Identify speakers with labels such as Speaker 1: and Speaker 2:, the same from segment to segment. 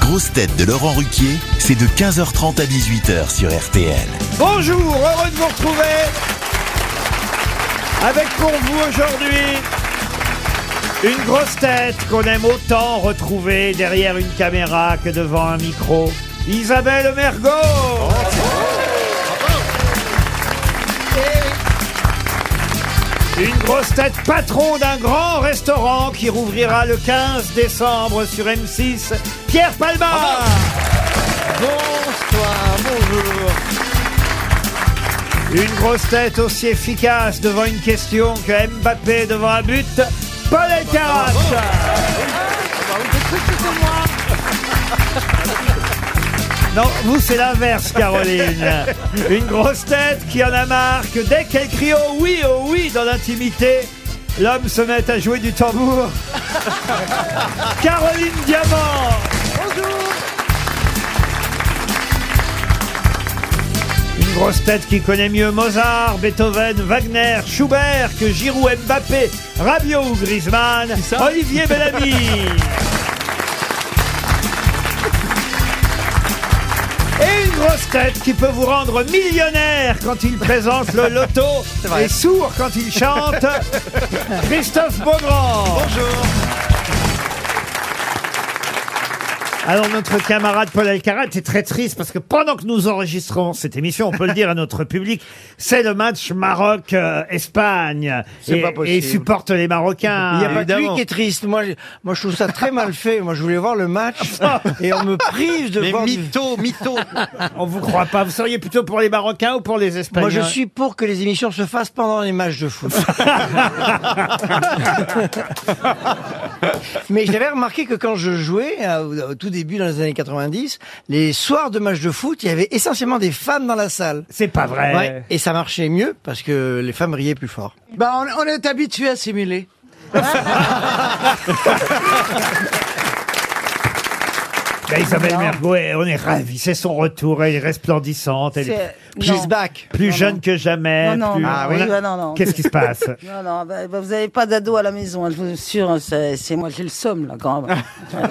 Speaker 1: grosses têtes de Laurent Ruquier, c'est de 15h30 à 18h sur RTL.
Speaker 2: Bonjour, heureux de vous retrouver avec pour vous aujourd'hui une grosse tête qu'on aime autant retrouver derrière une caméra que devant un micro, Isabelle Mergot. Une grosse tête patron d'un grand restaurant qui rouvrira le 15 décembre sur M6, Pierre Palma.
Speaker 3: Bonsoir, bonjour.
Speaker 2: Une grosse tête aussi efficace devant une question que Mbappé devant un but, Paul Elkarat. Non, vous c'est l'inverse, Caroline. Une grosse tête qui en a marre que dès qu'elle crie oh oui, oh oui dans l'intimité, l'homme se met à jouer du tambour. Caroline Diamant. Une grosse tête qui connaît mieux Mozart, Beethoven, Wagner, Schubert que Giroud, Mbappé, Rabiot ou Griezmann, Olivier Bellamy. Et une grosse tête qui peut vous rendre millionnaire quand il présente le loto et sourd quand il chante, Christophe Beaugrand.
Speaker 3: Bonjour.
Speaker 2: Alors notre camarade Paul Alcarat est très triste parce que pendant que nous enregistrons cette émission, on peut le dire à notre public, c'est le match Maroc-Espagne.
Speaker 3: C'est
Speaker 2: Et-
Speaker 3: pas
Speaker 2: Et
Speaker 3: possible.
Speaker 2: il supporte les Marocains.
Speaker 4: Ah,
Speaker 3: Il n'y a pas que lui
Speaker 2: évidemment.
Speaker 3: qui est triste. Moi, je- moi, je trouve ça très mal fait. Moi, je voulais voir le match et on me prive de
Speaker 4: Mais
Speaker 3: voir. du-
Speaker 4: mytho, mytho.
Speaker 2: On vous croit pas. Vous seriez plutôt pour les Marocains ou pour les Espagnols
Speaker 3: Moi, je suis pour que les émissions se fassent pendant les matchs de foot. Mais j'avais remarqué que quand je jouais, à- au tout début dans les années 90, les soirs de matchs de foot, il y avait essentiellement des femmes dans la salle.
Speaker 2: C'est pas vrai.
Speaker 3: Ouais, et ça marchait mieux parce que les femmes riaient plus fort.
Speaker 5: Bah, on, on est habitué à simuler.
Speaker 2: Bah, Isabelle Mergo, on est ravis. C'est son retour. Elle est resplendissante. Elle est
Speaker 5: C'est-
Speaker 2: plus,
Speaker 5: non.
Speaker 3: She's back.
Speaker 2: plus
Speaker 5: Non,
Speaker 2: jeune
Speaker 5: non.
Speaker 2: que jamais.
Speaker 5: Non, non,
Speaker 2: plus-
Speaker 5: non,
Speaker 2: Ah,
Speaker 5: oui,
Speaker 2: voilà.
Speaker 5: bah, non, non.
Speaker 2: Qu'est-ce qui se passe
Speaker 5: Non, non, bah, bah, vous n'avez pas d'ado à la maison, hein, je vous assure, c'est c'est moi, j'ai le somme, là, quand même.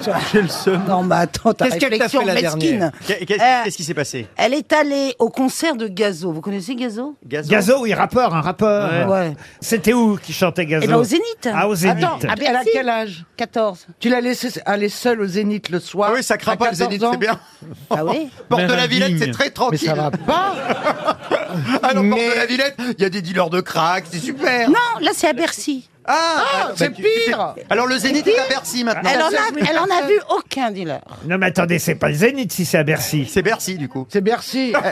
Speaker 5: j'ai le somme. Non, mais attends, ta
Speaker 3: Qu'est-ce qu'elle t'a
Speaker 5: réflexion
Speaker 3: fait, la
Speaker 5: mesquine.
Speaker 3: dernière
Speaker 4: Qu'est-
Speaker 5: Euh,
Speaker 4: Qu'est-ce qu'est-ce qui s'est passé
Speaker 5: Elle est allée au concert de Gazo. Vous connaissez Gazo
Speaker 4: Gazo
Speaker 2: Gazo, oui, rappeur, un rappeur.
Speaker 5: Ouais. Ouais.
Speaker 2: C'était où qui chantait Gazo
Speaker 5: Eh ben, au Zénith.
Speaker 2: Ah, au Zénith.
Speaker 5: Attends, ah,
Speaker 6: Elle a quel âge
Speaker 5: 14.
Speaker 6: Tu l'as laissée aller seule au Zénith le soir
Speaker 4: Ah oui, ça craint
Speaker 6: à
Speaker 4: pas le
Speaker 6: 14
Speaker 4: zénith,
Speaker 6: ans
Speaker 4: c'est bien.
Speaker 5: Ah oui
Speaker 4: Porte de la Villette, c'est très
Speaker 6: Mais
Speaker 4: tranquille.
Speaker 6: ça va pas
Speaker 4: Ah non,
Speaker 6: Mais-
Speaker 4: Porte de la Villette, il y a des dealers de crack, c'est super.
Speaker 5: Non, là, c'est à Bercy.
Speaker 4: Ah, alors,
Speaker 6: c'est
Speaker 4: bah, tu- tu
Speaker 6: pire.
Speaker 4: fais- Alors le Zénith est à Bercy maintenant.
Speaker 5: Elle en a, elle en a vu aucun dealer.
Speaker 2: Non, mais attendez, c'est pas le Zénith si c'est à Bercy.
Speaker 4: C'est Bercy du coup.
Speaker 6: C'est Bercy.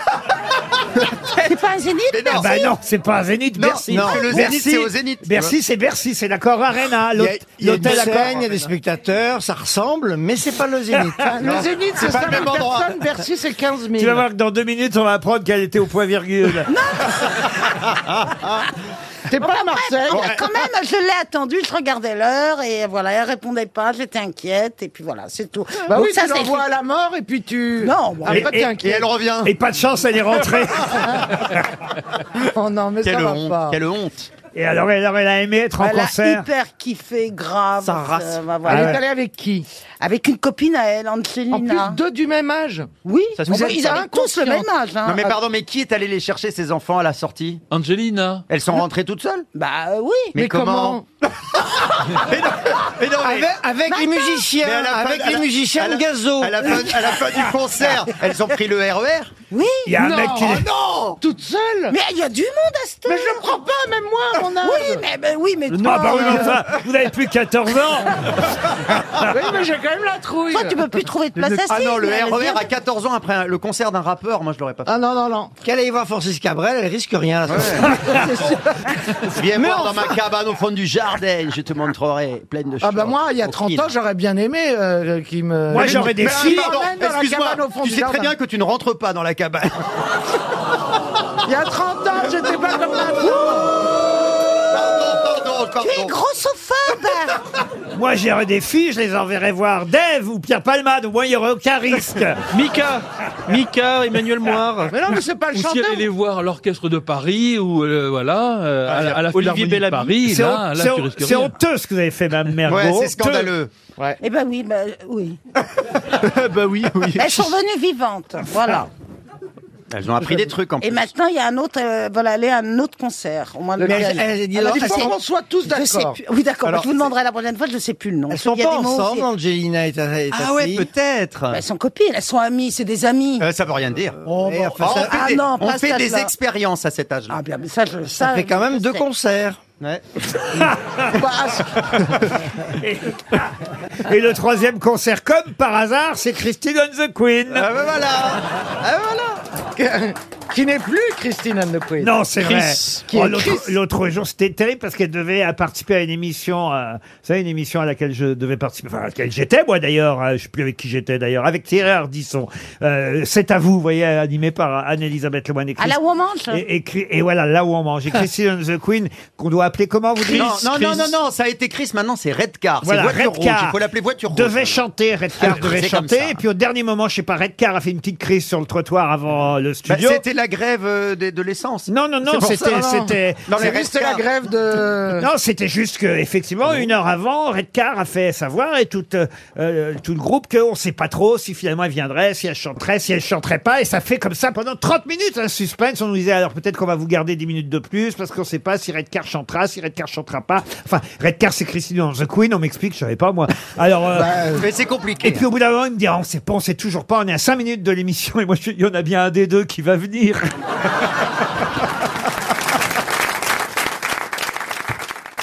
Speaker 6: Euh,
Speaker 5: C'est pas un Zénith
Speaker 4: Mais non.
Speaker 2: Bah non, c'est pas un Zénith,
Speaker 4: Non,
Speaker 2: Bercy.
Speaker 4: non, parce que le Zénith,
Speaker 2: Bercy,
Speaker 4: c'est au Zénith.
Speaker 2: Bercy, c'est Bercy, c'est l'accord Arena,
Speaker 3: Il y a-
Speaker 2: l'hôte-
Speaker 3: Il y a une
Speaker 2: l'hôtel Accor
Speaker 3: scène, il y a des spectateurs, ça ressemble, mais c'est pas le Zénith.
Speaker 6: le Zénith, c'est
Speaker 4: pas
Speaker 6: 5
Speaker 4: le même
Speaker 6: personnes,
Speaker 4: endroit.
Speaker 6: Bercy, c'est 15
Speaker 2: Tu vas
Speaker 6: 000.
Speaker 2: voir que dans deux minutes, on va apprendre qu'elle était au point virgule.
Speaker 6: T'es pas à Marseille
Speaker 5: Bon, Quand même, je l'ai attendu, je regardais l'heure et voilà, elle répondait pas, j'étais inquiète et puis voilà, c'est tout.
Speaker 6: Bah
Speaker 5: Donc
Speaker 6: oui,
Speaker 5: ça,
Speaker 6: tu
Speaker 5: c'est-
Speaker 6: l'envoies à la mort et puis tu... Ah,
Speaker 5: Non, bon.
Speaker 6: Après,
Speaker 2: Et-
Speaker 6: t'es
Speaker 4: Et
Speaker 6: inquiet.
Speaker 4: elle revient.
Speaker 2: Et pas de chance, elle est rentrée.
Speaker 6: Oh non, mais ça
Speaker 4: Quelle
Speaker 6: va
Speaker 4: honte.
Speaker 6: pas.
Speaker 4: Quelle honte.
Speaker 2: Et alors, elle, elle a aimé être en
Speaker 5: Elle a
Speaker 2: concert.
Speaker 5: hyper kiffé, grave.
Speaker 4: Ça rase.
Speaker 5: euh, bah,
Speaker 6: Elle
Speaker 5: voilà.
Speaker 2: Ah ouais.
Speaker 6: est allée avec qui
Speaker 5: Avec une copine à elle,
Speaker 6: En
Speaker 5: Angelina.
Speaker 6: plus, deux du même âge.
Speaker 5: Oui,
Speaker 4: Ça se
Speaker 5: Oh,
Speaker 4: trouve,
Speaker 5: bah, ils
Speaker 6: ça
Speaker 5: avaient tous le
Speaker 6: inconsciente.
Speaker 5: même âge. hein.
Speaker 4: Non mais
Speaker 6: euh,
Speaker 4: pardon, mais qui est allé les chercher ces enfants à la sortie
Speaker 7: Angelina.
Speaker 4: Elles sont rentrées toutes seules
Speaker 5: Bah euh, oui.
Speaker 4: Mais comment Mais non, mais-
Speaker 3: Avec,
Speaker 6: Ah,
Speaker 3: avec les
Speaker 4: mais à
Speaker 3: musiciens,
Speaker 4: la fin-
Speaker 3: avec
Speaker 4: à la-
Speaker 3: les musiciens
Speaker 4: à la-
Speaker 3: de Gazo.
Speaker 4: À la, fin, à la fin du concert, elles ont pris le E RER.
Speaker 2: Il y a un
Speaker 6: Non.
Speaker 2: mec qui.
Speaker 6: Oh
Speaker 4: Non
Speaker 6: Toute seule
Speaker 5: Mais il y a du monde à cette
Speaker 6: Mais
Speaker 5: heure.
Speaker 6: je le prends pas, même moi, à mon âge.
Speaker 5: Oui, mais, mais oui, mais
Speaker 2: Ah,
Speaker 5: toi,
Speaker 2: bah oui, mais
Speaker 5: euh,
Speaker 2: enfin, vous n'avez plus 14 ans.
Speaker 6: Oui, mais j'ai quand même la trouille.
Speaker 5: toi, tu peux plus trouver de place assise.
Speaker 4: Ah non, le
Speaker 5: mais elle
Speaker 4: RER
Speaker 5: vient
Speaker 4: à 14 ans après un- le concert d'un rappeur, moi je l'aurais pas fait.
Speaker 6: Ah non, non, non.
Speaker 3: Qu'elle aille voir Francis Cabrel, elle risque rien. là, ça.
Speaker 6: Ah,
Speaker 4: Viens voir dans ma cabane au fond du jardin, je te montrerai pleine de choses.
Speaker 6: Ah bah moi, il y a 30 ans, j'aurais bien aimé euh, qu'il me...
Speaker 2: Moi, j'aurais des
Speaker 4: Mais
Speaker 2: filles.
Speaker 6: ah,
Speaker 4: pardon,
Speaker 6: emmène dans la
Speaker 4: excuse-moi,
Speaker 6: cabane au fond
Speaker 4: tu
Speaker 6: du
Speaker 4: sais très
Speaker 6: jardin.
Speaker 4: bien que tu ne rentres pas dans la cabane.
Speaker 6: Il y a 30 ans, j'étais pas comme maintenant.
Speaker 4: Pardon, pardon,
Speaker 5: Tu es
Speaker 4: pardon.
Speaker 5: grossophobe
Speaker 2: Moi, j'aurais des filles, je les enverrai voir Dave ou Pierre Palmade. Au moins, il n'y aurait aucun risque.
Speaker 7: Mika, Mika, Emmanuel Moir.
Speaker 6: Mais non, mais c'est pas le
Speaker 7: Ou si
Speaker 6: chanteur.
Speaker 7: allez les voir à l'orchestre de Paris ou euh, voilà euh, à, la- à la Olivier de Paris,
Speaker 2: Ah, C'est
Speaker 7: là,
Speaker 2: hon-
Speaker 7: là
Speaker 2: c'est
Speaker 7: tu
Speaker 2: hon-
Speaker 7: risques
Speaker 2: c'est
Speaker 7: rien.
Speaker 2: honteux ce que vous avez fait, Mme Mergo.
Speaker 8: Ouais, c'est
Speaker 2: Honteux.
Speaker 8: scandaleux.
Speaker 5: Eh ben oui, ben oui.
Speaker 7: bah oui, oui.
Speaker 5: Elles sont venues vivantes, voilà.
Speaker 4: Elles ont appris des trucs en
Speaker 5: Et
Speaker 4: plus.
Speaker 5: maintenant, il y a un autre, euh, voilà, aller à un autre concert. Au moins,
Speaker 3: Mais elles- elles- elles-
Speaker 5: Alors,
Speaker 3: elles-
Speaker 5: je
Speaker 6: Il faut
Speaker 5: sais-
Speaker 6: qu'on soit tous
Speaker 5: je sais
Speaker 6: d'accord.
Speaker 5: plus- Oui, d'accord. Je vous demanderai la prochaine fois. Je ne sais plus le nom.
Speaker 3: Elles sont
Speaker 5: Il y a
Speaker 3: pas
Speaker 5: des mots
Speaker 3: ensemble,
Speaker 5: aussi- Bah,
Speaker 3: Angelina et ta, et ta
Speaker 7: Ah ouais,
Speaker 3: fille.
Speaker 7: peut-être.
Speaker 5: Elles sont copines. Elles sont amies. C'est des amis.
Speaker 8: Euh, ça veut rien dire.
Speaker 3: Oh, bah,
Speaker 8: Ah,
Speaker 3: ça,
Speaker 8: on fait
Speaker 5: ah
Speaker 8: des,
Speaker 5: non,
Speaker 8: on
Speaker 5: pas
Speaker 8: fait
Speaker 5: ça,
Speaker 8: des
Speaker 5: là.
Speaker 8: expériences à cet âge-là.
Speaker 5: Ah bien, mais ça, je,
Speaker 3: ça fait quand même deux
Speaker 5: cons.
Speaker 3: concerts.
Speaker 2: Et le troisième concert, comme par hasard, c'est Christine on the Queen.
Speaker 8: Ah ben voilà
Speaker 6: Qui n'est plus Christine Anne de Pruy.
Speaker 2: Non, c'est vrai.
Speaker 6: Qui
Speaker 2: Oh,
Speaker 6: est
Speaker 2: l'autre-
Speaker 6: Chris.
Speaker 2: L'autre jour, c'était terrible parce qu'elle devait euh, participer à une émission, euh, vous savez, une émission à laquelle je devais participer, enfin, à laquelle j'étais, moi d'ailleurs, euh, je sais plus avec qui j'étais d'ailleurs, avec Thierry Ardisson. Euh, c'est à vous, vous voyez, animé par Anne-Elisabeth Lemoine et
Speaker 5: À
Speaker 2: Christine.
Speaker 5: la Ah. Womanche.
Speaker 2: Et, et Chris- et voilà, là où on mange. Et Christine and the Queen, qu'on doit appeler comment vous dites
Speaker 8: non, non, non, non, non, ça a été Chris, maintenant c'est Redcar.
Speaker 2: Voilà,
Speaker 8: c'est voiture
Speaker 2: Redcar.
Speaker 8: rouge, il faut l'appeler voiture rouge.
Speaker 2: Devait chanter,
Speaker 8: Ah,
Speaker 2: Redcar devait
Speaker 8: c'est comme
Speaker 2: chanter.
Speaker 8: ça.
Speaker 2: Et puis au dernier moment, je sais pas, Redcar a fait une petite crise sur le trottoir avant le
Speaker 8: Bah,
Speaker 2: studio.
Speaker 8: C'était la grève euh, de, de l'essence.
Speaker 2: non, non, non,
Speaker 8: C'est pour
Speaker 2: c'était,
Speaker 8: ça, non. Bah,
Speaker 2: c'était.
Speaker 8: Dans les
Speaker 6: C'est juste la
Speaker 8: Redcar.
Speaker 6: grève de.
Speaker 2: Non, c'était juste que effectivement une heure avant, Redcar a fait savoir et tout euh, euh, tout le groupe qu'on ne sait pas trop si finalement elle viendrait, si elle chanterait, si elle chanterait pas et ça fait comme ça pendant 30 minutes un suspense. On nous disait alors peut-être qu'on va vous garder 10 minutes de plus parce qu'on ne sait pas si Redcar chantera, si Redcar chantera pas. Enfin, Redcar c'est Christine dans The Queen, on m'explique, je savais pas moi. Alors
Speaker 4: Bah,
Speaker 2: euh,
Speaker 8: Mais c'est
Speaker 2: et
Speaker 8: compliqué.
Speaker 2: puis au bout d'un moment, il me dit, Ah, on sait pas, on sait toujours pas, on est à 5 minutes de l'émission et moi je- il y en a bien un des deux qui va venir.